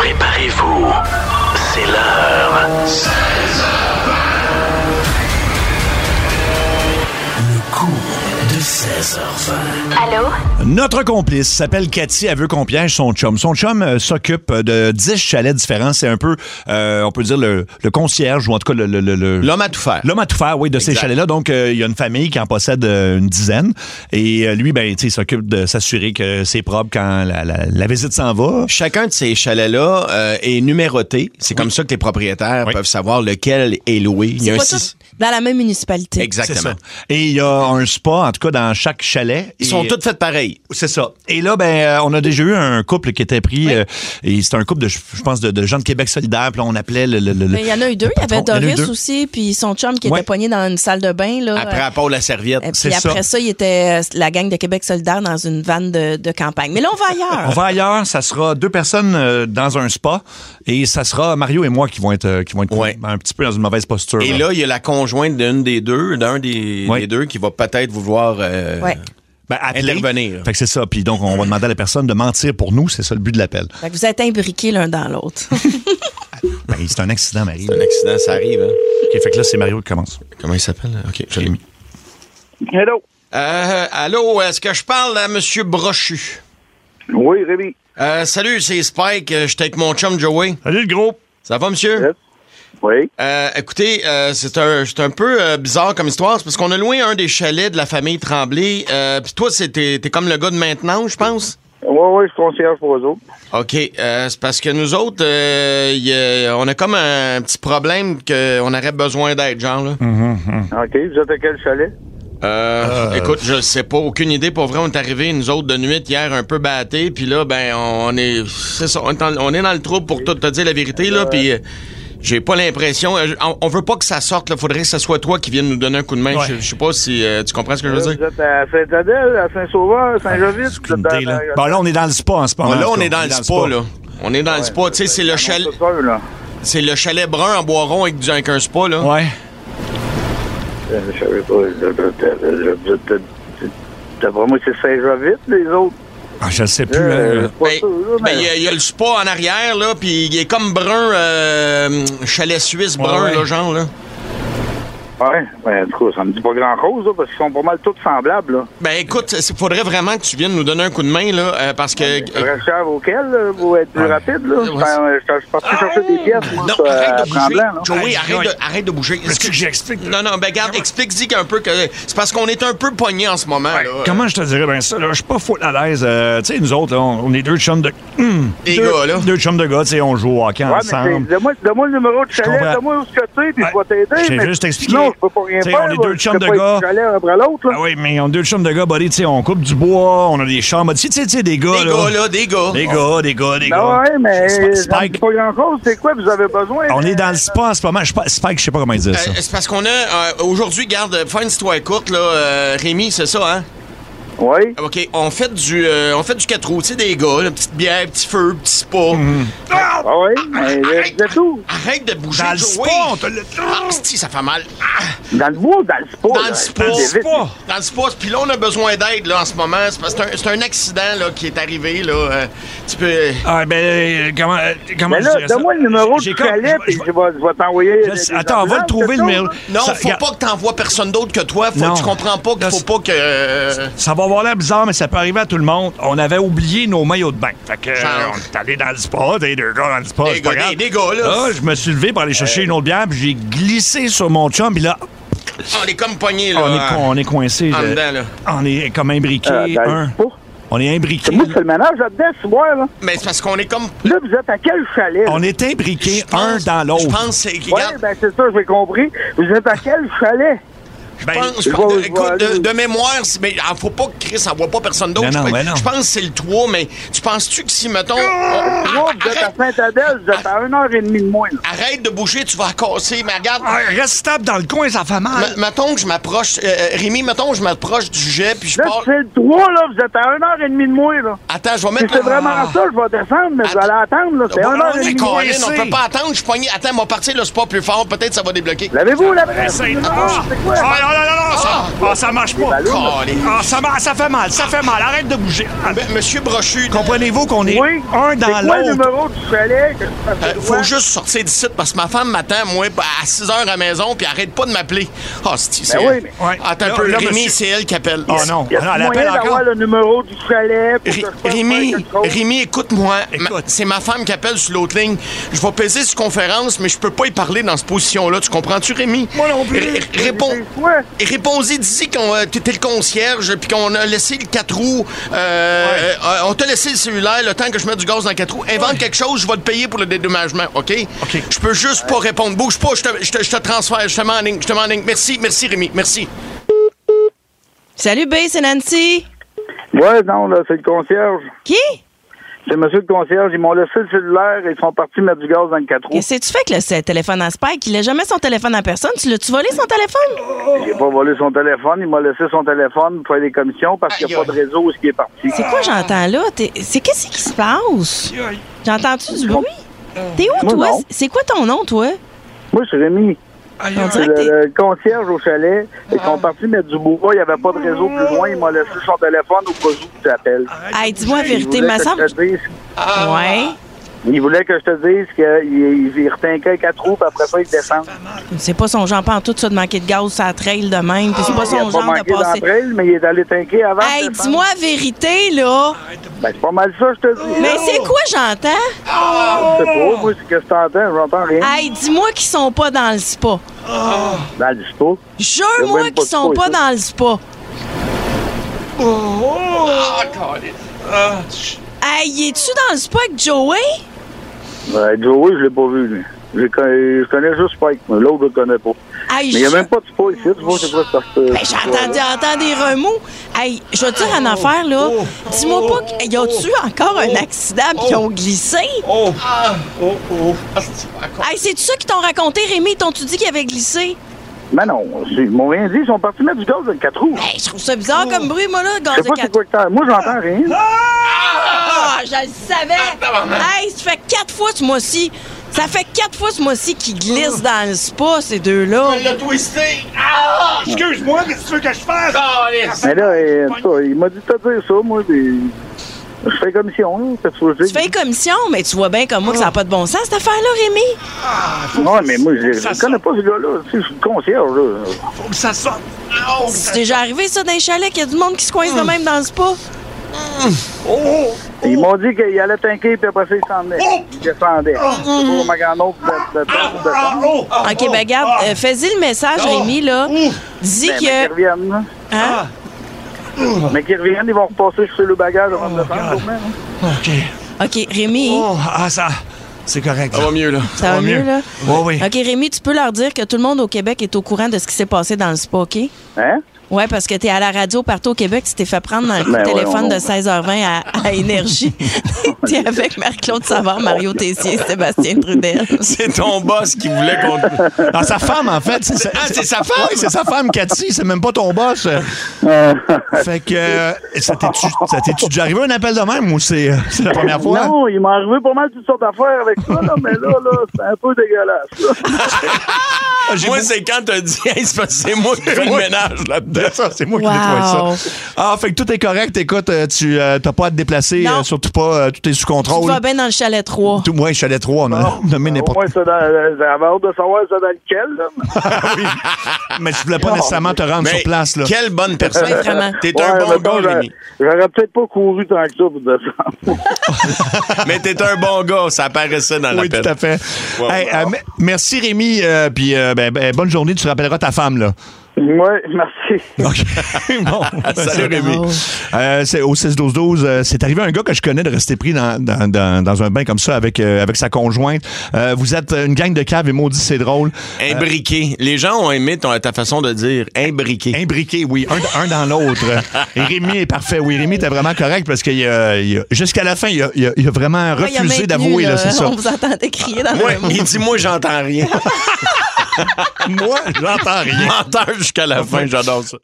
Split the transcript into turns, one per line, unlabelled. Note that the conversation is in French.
Préparez-vous, c'est l'heure. Le coup de 16h20.
Allô?
Notre complice s'appelle Cathy, elle veut qu'on piège son chum. Son chum euh, s'occupe de 10 chalets différents. C'est un peu, euh, on peut dire, le, le concierge ou en tout cas le... le- le- le-
L'homme à tout faire.
L'homme à tout faire, oui, de ces
Exact.
chalets-là. Donc, euh, il y a une famille qui en possède euh, une dizaine. Et euh, lui, ben, tu sais, il s'occupe de s'assurer que c'est propre quand la, la- la visite s'en va.
Chacun de ces chalets-là euh, est numéroté. C'est comme ça que les propriétaires
Oui.
peuvent savoir lequel est loué. Il y
C'est
a un
pas
six-
tous dans la même municipalité.
C'est
Exactement.
ça. Et il y a un spa, en tout cas, dans chaque chalet.
Ils sont
Et-
tous faits pareil.
C'est ça. Et là, ben, euh, on a déjà eu un couple qui était pris. euh, et c'était un couple de, je je pense, de, de gens de Québec solidaire. Puis là, on appelait le. le- le-
Mais il y en a eu deux.
le
Il y avait
patron. en a eu
Doris
deux.
aussi, puis son chum qui
Ouais.
était poigné dans une salle de bain. Là,
Après, à part la serviette.
Et
c'est
puis après ça. il était euh, la gang de Québec solidaire dans une vanne de, de campagne. Mais là, on va ailleurs.
On va ailleurs. Ça sera deux personnes euh, dans un spa. Et ça sera Mario et moi qui vont être, euh, qui vont être
Ouais.
un petit peu dans une mauvaise posture.
Et là, il y a la conjointe d'une des deux, d'un des,
Oui.
des deux qui va peut-être vouloir. euh,
Ouais.
Ben, appeler.
intervenir.
Fait que c'est ça. Puis donc, on va demander à la personne de mentir pour nous. C'est ça le but de l'appel.
Fait que vous êtes imbriqués l'un dans l'autre.
Ben, c'est un accident, Marie.
Un accident, ça arrive. hein.
OK, fait que là, c'est Mario qui commence.
Comment il s'appelle? OK, je l'ai mis.
Hello.
Euh, allô, est-ce que je parle à Monsieur Brochu?
Oui, Rémi.
Euh, salut, c'est Spike. euh, J'étais avec mon chum Joey.
Salut, le gros.
Ça va, monsieur?
Yes. Oui.
Euh, écoutez, euh, c'est un, c'est un peu euh, bizarre comme histoire. C'est parce qu'on a loué un des chalets de la famille Tremblay. Euh, Puis toi, c'est- t'es t'es comme le gars de maintenant, je pense?
Oui, oui, je concierge pour eux autres.
OK. euh, c'est parce que nous autres, euh, y a- on a comme un petit problème qu'on aurait besoin d'aide, genre. Là. Hmm.
OK. Vous êtes à quel chalet?
Euh, Écoute, je sais pas, aucune idée. Pour vrai, on est arrivé, nous autres, de nuit hier, un peu battés. Puis là, ben, on est. C'est ça, on est, en- on est dans le trouble pour tout te dire la vérité, là. Puis euh, j'ai pas l'impression. euh, on, on veut pas que ça sorte, là. Faudrait que ce soit toi qui vienne nous donner un coup de main.
Ouais.
Je je sais pas si euh, tu comprends ce que je
Vous
veux dire. Ah,
êtes à Saint-Adèle, à Saint-Sauveur, Saint-Jovite?
C'est aucune idée, là. Bon, là, on est dans le spa en ce moment.
là,
en
on
tout cas.
est dans le spa, là. On est dans le spa. Tu sais, c'est
Ben,
le, chalet-
là.
c'est le chalet brun en bois rond avec, du- avec un spa, là.
Ouais.
Euh, Je savais pas. Vous êtes- vous êtes- D'après moi, c'est Saint-Jovite, les autres.
Ah, je le sais plus. là.
Euh, c'est pas
Ben,
sûr, là,
ben, il y a- il y, a le spa en arrière, là, puis il est comme brun, euh, chalet suisse brun,
ouais.
là, genre, là.
Ouais, ben, en tout cas, ça me dit pas grand-chose, là, parce qu'ils sont pas mal tous semblables, là.
Ben écoute, il faudrait vraiment que tu viennes nous donner un coup de main, là, euh, parce que... euh,
Très cher auquel, là, pour être plus rapide, là.
Ouais,
Ben, Je je suis parti chercher des pièces, moi,
Ah, non,
à
arrête de bouger.
Tremblant, là.
Joey,
Aïe,
arrête
aïe.
de, arrête de bouger.
Est-ce que j'explique, là?
Non, non, ben garde, explique-y un peu que... C'est parce qu'on est un peu pogné en ce moment, là.
Comment je te dirais bien ça? là? Je suis pas full à l'aise. euh, tu sais, nous autres, là, on, on est deux chums de. Hum,
Des
deux,
gars, là.
Deux chums de gars, tu sais, on joue au hockey
Ouais, mais
ensemble.
c'est- donne-moi donne-moi le numéro de chalet,
comprends.
donne-moi où ce que tu es, puis je vais
Ouais,
t'aider.
je t'ai
mais
juste expliqué.
Non, je peux pas rien
T'sais,
faire.
on est
là.
deux
Je
chums
peux
de
pas être
gars.
chalet après l'autre, là.
Ah oui, mais on est deux chums de gars, buddy, tu sais, on coupe du bois, on a des chambres. Tu sais, tu sais, tu sais, des gars,
Des
là.
gars, là, des gars.
Des gars, des gars, des
Non,
gars.
Ben Ah ouais, mais
Sp-
ça me dit
Spike,
pas grand-chose. C'est quoi vous avez besoin?
on est dans le spa en ce moment. Je sais pas- Spike, je sais pas comment dire
Euh,
ça.
c'est parce qu'on a... euh, Aujourd'hui, garde, faire une histoire courte, là, euh, Rémi, c'est ça, hein?
Oui.
OK, on fait du euh, on fait du 4 roues, tu sais, des gars, là, petite bière, petit feu, petit spa.
Mhm.
Ah oui, mais c'est tout.
Arrête de bouger,
Dans le
Joey.
spa, on te le.
Ah, si, ça fait mal.
Dans le bois, dans le spa.
Dans
là,
le spa.
c'est vite.
Spa.
Dans le spa, puis là, on a besoin d'aide là, en ce moment. C'est parce que c'est un- c'est un, accident là, qui est arrivé. Là. Euh, tu peux.
Ah, ben, euh, comment, euh, comment
Mais
je dirais
là,
ça?
donne-moi le numéro
J'ai
de
comme-
chalet,
je-
puis
je-
je vais je vais t'envoyer.
je-
des- des
Attends, on va le
ambulances,
trouver,
c'est
le numéro.
tout, là.
Non,
Ça-
faut
regarde,
pas que t'envoies personne d'autre que toi. Faut
Non.
que tu comprends pas
Là,
qu'il faut
c'est-
pas que. euh,
Ça va avoir l'air bizarre, mais ça peut arriver à tout le monde. On avait oublié nos maillots de bain. Fait que, euh,
Genre.
on est allé dans le spa, des deux gars dans le spa.
Des
c'est pas
gars,
grave. Ah,
des- des gars, là. Euh.
je me suis levé pour aller chercher une autre bière, puis j'ai glissé sur mon chum, puis là,
on est comme pogné là.
on, est, euh, co-
hein.
on est coincé.
en
là.
dedans, là.
On est comme imbriqué.
Ah, dans le
un.
spa.
On est imbriqué.
C'est moi qui fais le ménage là-dedans, c'est moi, là.
Mais c'est parce qu'on est comme.
Là, vous êtes à quel chalet? là?
On est imbriqué
Je
un
pense-
dans
Je
l'autre.
pense. c'est-
Oui,
Regarde,
ben c'est ça, j'ai compris. Vous êtes à quel chalet?
Ben,
pense- je
je
pense-
vais- je
écoute,
vais
de,
aller.
de mémoire, c'est- mais ah, faut pas que Chris envoie pas personne d'autre.
Non, non,
je,
ben non.
je pense que c'est le 3, mais tu penses-tu que si, mettons. on-
Moi, vous êtes à Saint-Adèle, vous êtes à une heure et demie de moins, là.
arrête de bouger, tu vas casser, mais regarde.
Ah, reste stable dans le coin, ça fait mal.
M- mettons que je m'approche, euh, euh, Rémi, mettons que je m'approche du jet, puis je
Là,
parle.
c'est le 3, là, vous êtes à 1h30 de moi, là.
Attends, je vais
Si
mettre.
c'est vraiment ça, je vais descendre, mais vous allez attendre, là. C'est
Bon,
1h30
on est
de moi.
collé, on
coincé.
peut pas attendre, je suis pogné. Attends, on va partir le spot plus fort, peut-être ça va débloquer.
L'avez-vous, la presse?
Essaye.
C'est quoi?
Ben, Ah,
oh là là là, ça, ah, ça marche pas.
ballons,
Ah, ça, mar- ça fait mal, ça fait mal. Arrête de bouger. Ah,
Ben, Monsieur Brochu,
Comprenez-vous qu'on est
Oui.
un dans
C'est quoi le
l'autre.
numéro du chalet? que tu as fait
euh, faut
quoi?
juste sortir d'ici parce que ma femme m'attend, moi, à 6 h à la maison, puis arrête pas de m'appeler. Ah, c'est c'est
Ben oui, mais-
Ouais.
Attends
Là,
un peu,
là,
Rémi,
monsieur-
c'est elle qui appelle.
Oh non,
Y a
non, elle
moyen
appelle encore.
d'avoir le numéro du chalet pour que
Ré-
je fasse
Rémi,
faire quelque chose?
Rémi, écoute-moi. Ma-
Écoute.
C'est ma femme qui appelle sur l'autre ligne. Je vais peser sur conférence, mais je peux pas y parler dans cette position-là. Tu comprends-tu, Rémi?
Moi non plus.
Ré- Réponds.
C'est quoi?
Réponds-y, dis-y qu'on euh, t'étais le concierge puis qu'on a laissé le 4 roues. euh, euh, on t'a laissé le cellulaire le temps que je mets du gaz dans le 4 roues. Invente quelque chose, je vais te payer pour le dédommagement, OK?
OK.
Je peux juste pas répondre. Bouge pas, je te, je te- je te transfère, je te mets en ligne, je te mets en ligne. Merci, merci Rémi, merci.
Salut B, c'est Nancy.
Ouais, non, là, c'est le concierge.
Qui?
Oh. C'est monsieur le concierge. Ils m'ont laissé le cellulaire et ils sont partis mettre du gaz dans le 4 roues.
Qu'est-ce que tu fais avec le ce téléphone à Spike? Il a jamais son téléphone à personne. Tu l'as-tu volé son téléphone?
J'ai pas volé son téléphone. Il m'a laissé son téléphone pour faire des commissions parce qu'il n'y a
Aïe,
pas de réseau où ce qui est parti.
C'est quoi j'entends là? T'es- C'est qu'est-ce qui se passe? J'entends-tu du bruit? T'es où
Moi,
toi?
non.
C'est quoi ton nom toi?
Moi, je suis Rémi.
On
C'est
dirait que Ah. t'es-
le, le concierge au chalet. Ils sont partis mettre du bois. Il n'y avait pas de réseau plus loin. Il m'a laissé son téléphone au cas où tu appelles.
Hey, dis-moi la
Il
vérité,
voulait
me
que
semble.
je te dise-
Ouais.
Il voulait que je te dise qu'il retinquait quatre roues, puis après ça, il descend.
C'est pas son genre pantoute, ça, de manquer de gaz, ça trail de même. puis C'est pas
Ah, Il a
son
pas
genre de
manqué
passer.
d'embrayes, mais il est allé tinker avant.
Hey,
de descendre.
dis-moi la vérité, là.
Ben, c'est pas mal ça, je te dis.
Mais c'est quoi j'entends?
Je sais pas, moi, c'est que je t'entends, j'entends rien.
Hey, dis-moi qu'ils sont pas dans le spa.
Dans le dispo. Y a
Jure-moi
même pas
qu'ils
de
sont
spa
pas
ici.
dans le spa. Hey, es-tu dans le spa avec Joey?
Ben, Joey, je l'ai pas vu, lui. Je, le connais- je connais juste Spike, mais l'autre, je le connais pas.
Hey,
Mais il n'y a
je-
même pas de spa ici, tu vois, c'est quoi ça?
Ben, j'entends, j'entends des remous. Hey, je veux te dire en affaire, là.
Oh.
Dis-moi pas qu'il y a-tu encore un accident puis ils ont glissé?
Oh, Ah,
Hey, c'est-tu ça qu'ils t'ont raconté, Rémi? T'ont-tu dit qu'ils avaient glissé?
Mais Ben non, c'est- ils m'ont rien dit, ils sont partis mettre du gaz dans le 4 roues.
Hey, je trouve ça bizarre
Oh.
comme bruit, moi, là,
Je
gaz
sais
de
pas c'est
Ah, quatre
quoi que t'as. Moi, j'entends rien.
Ah, je le savais! Hey, ça fait quatre fois ce mois-ci. Ça fait quatre fois ce mois-ci qu'ils glissent
Ah.
dans le spa, ces deux-là.
l'a twisté.
excuse-moi, qu'est-ce que tu veux que je fasse?
Ah!
Mais là, euh, en tout cas, il m'a dit de te dire ça, moi, puis je fais commission, là, c'est ce que je
Tu
dis.
fais commission, mais tu vois bien comme moi que
Ah.
ça n'a pas de bon sens, cette affaire-là, Rémi.
Non, mais moi, je
Ça
je connais pas ce gars-là, tu sais, je suis le concierge, là.
Oh.
Faut que ça sorte.
Ah, oh!
C'est déjà arrivé, ça, dans les chalets, qu'il y a du monde qui se coince
Ah.
de même dans le spa.
Ils m'ont dit qu'il allait tanker, puis après ça, il s'en venait. Il descendait. C'est pas ma grande autre de, de, de, de,
Oh.
de-
Ah, oh, ah,
OK,
oh,
ben garde,
ah,
euh, fais-y le message, Rémi, là. Dis
Ben, Mais qu'ils
que...
reviennent, là.
hein?
Ah.
Mais qu'ils reviennent, ils vont repasser sur le bagage avant de le prendre,
Oh, God.
au moins, hein.
OK.
OK, Rémi,
Oh, ah, ça, c'est correct.
Ça va mieux, là.
ça va mieux, là?
Oh, oui.
OK, Rémi, tu peux leur dire que tout le monde au Québec est au courant de ce qui s'est passé dans le spa, OK?
Hein?
Ouais, parce que t'es à la radio partout au Québec, tu t'es fait prendre dans le coup de
Ben ouais,
téléphone
on-
de 16h20 à, à Énergie. t'es avec Marc-Claude Savard, Mario Tessier et Sébastien Trudel.
C'est ton boss qui voulait qu'on.
Ah, sa femme, en fait. C'est,
Ah, c'est sa femme?
Oui, c'est sa femme, Cathy. C'est même pas ton boss. fait que. euh, Ça t'es-tu, ça t'es-tu déjà arrivé un appel de même ou c'est, euh, c'est la première fois?
Non, il m'est arrivé pas mal toutes sortes d'affaires avec ça, là, mais là, là, c'est un peu dégueulasse. là.
Ah,
Moi, c'est quand t'as dit, hey, c'est parce que c'est moi qui fais le ménage là-dedans.
Ça, c'est moi qui
Wow.
nettoie ça. Ah, fait que tout est correct. Écoute, euh, tu euh, t'as pas à te déplacer,
Non.
euh, surtout pas. euh, tout est sous
Tu
contrôle.
vas bien dans le chalet 3.
Tout, ouais, chalet 3, on a nommé
Au
n'importe
moins, c'est dans- j'avais hâte de savoir c'est dans lequel. Là.
Mais je voulais pas nécessairement te rendre sur place, là.
Quelle bonne personne.
Oui, vraiment.
T'es un bon
Ouais, mettons,
gars,
j'a-
Rémi.
J'aurais peut-être pas couru tant que ça pour descendre.
Mais t'es un bon gars, ça apparaissait dans
Oui,
l'appel.
tout à fait.
Ouais,
Hey,
ouais.
euh, me- merci Rémi, euh, puis euh, ben, ben, bonne journée. Tu rappelleras ta femme, là.
ouais, merci.
OK. bon.
Ah, Salut, Rémi.
Euh, c'est au 6-12-12, euh, c'est arrivé à un gars que je connais de rester pris dans, dans, dans- dans un bain comme ça avec, euh, avec sa conjointe. Euh, vous êtes une gang de caves et maudit, c'est drôle.
Imbriqué. Les gens ont aimé ton- ta façon de dire imbriqué.
Imbriqués, oui, un, un dans l'autre. Et Rémi est parfait. Oui, Rémi était vraiment correct parce qu'il a, il a- jusqu'à la fin, il a, il a- il a vraiment
Ouais, il a maintenu, euh,
refusé d'avouer, là, c'est ça. Ah,
On vous entendait crier dans
Moi,
le monde.
il dit, moi, j'entends rien.
Moi, j'entends rien.
Menteur jusqu'à la fin, j'adore ça.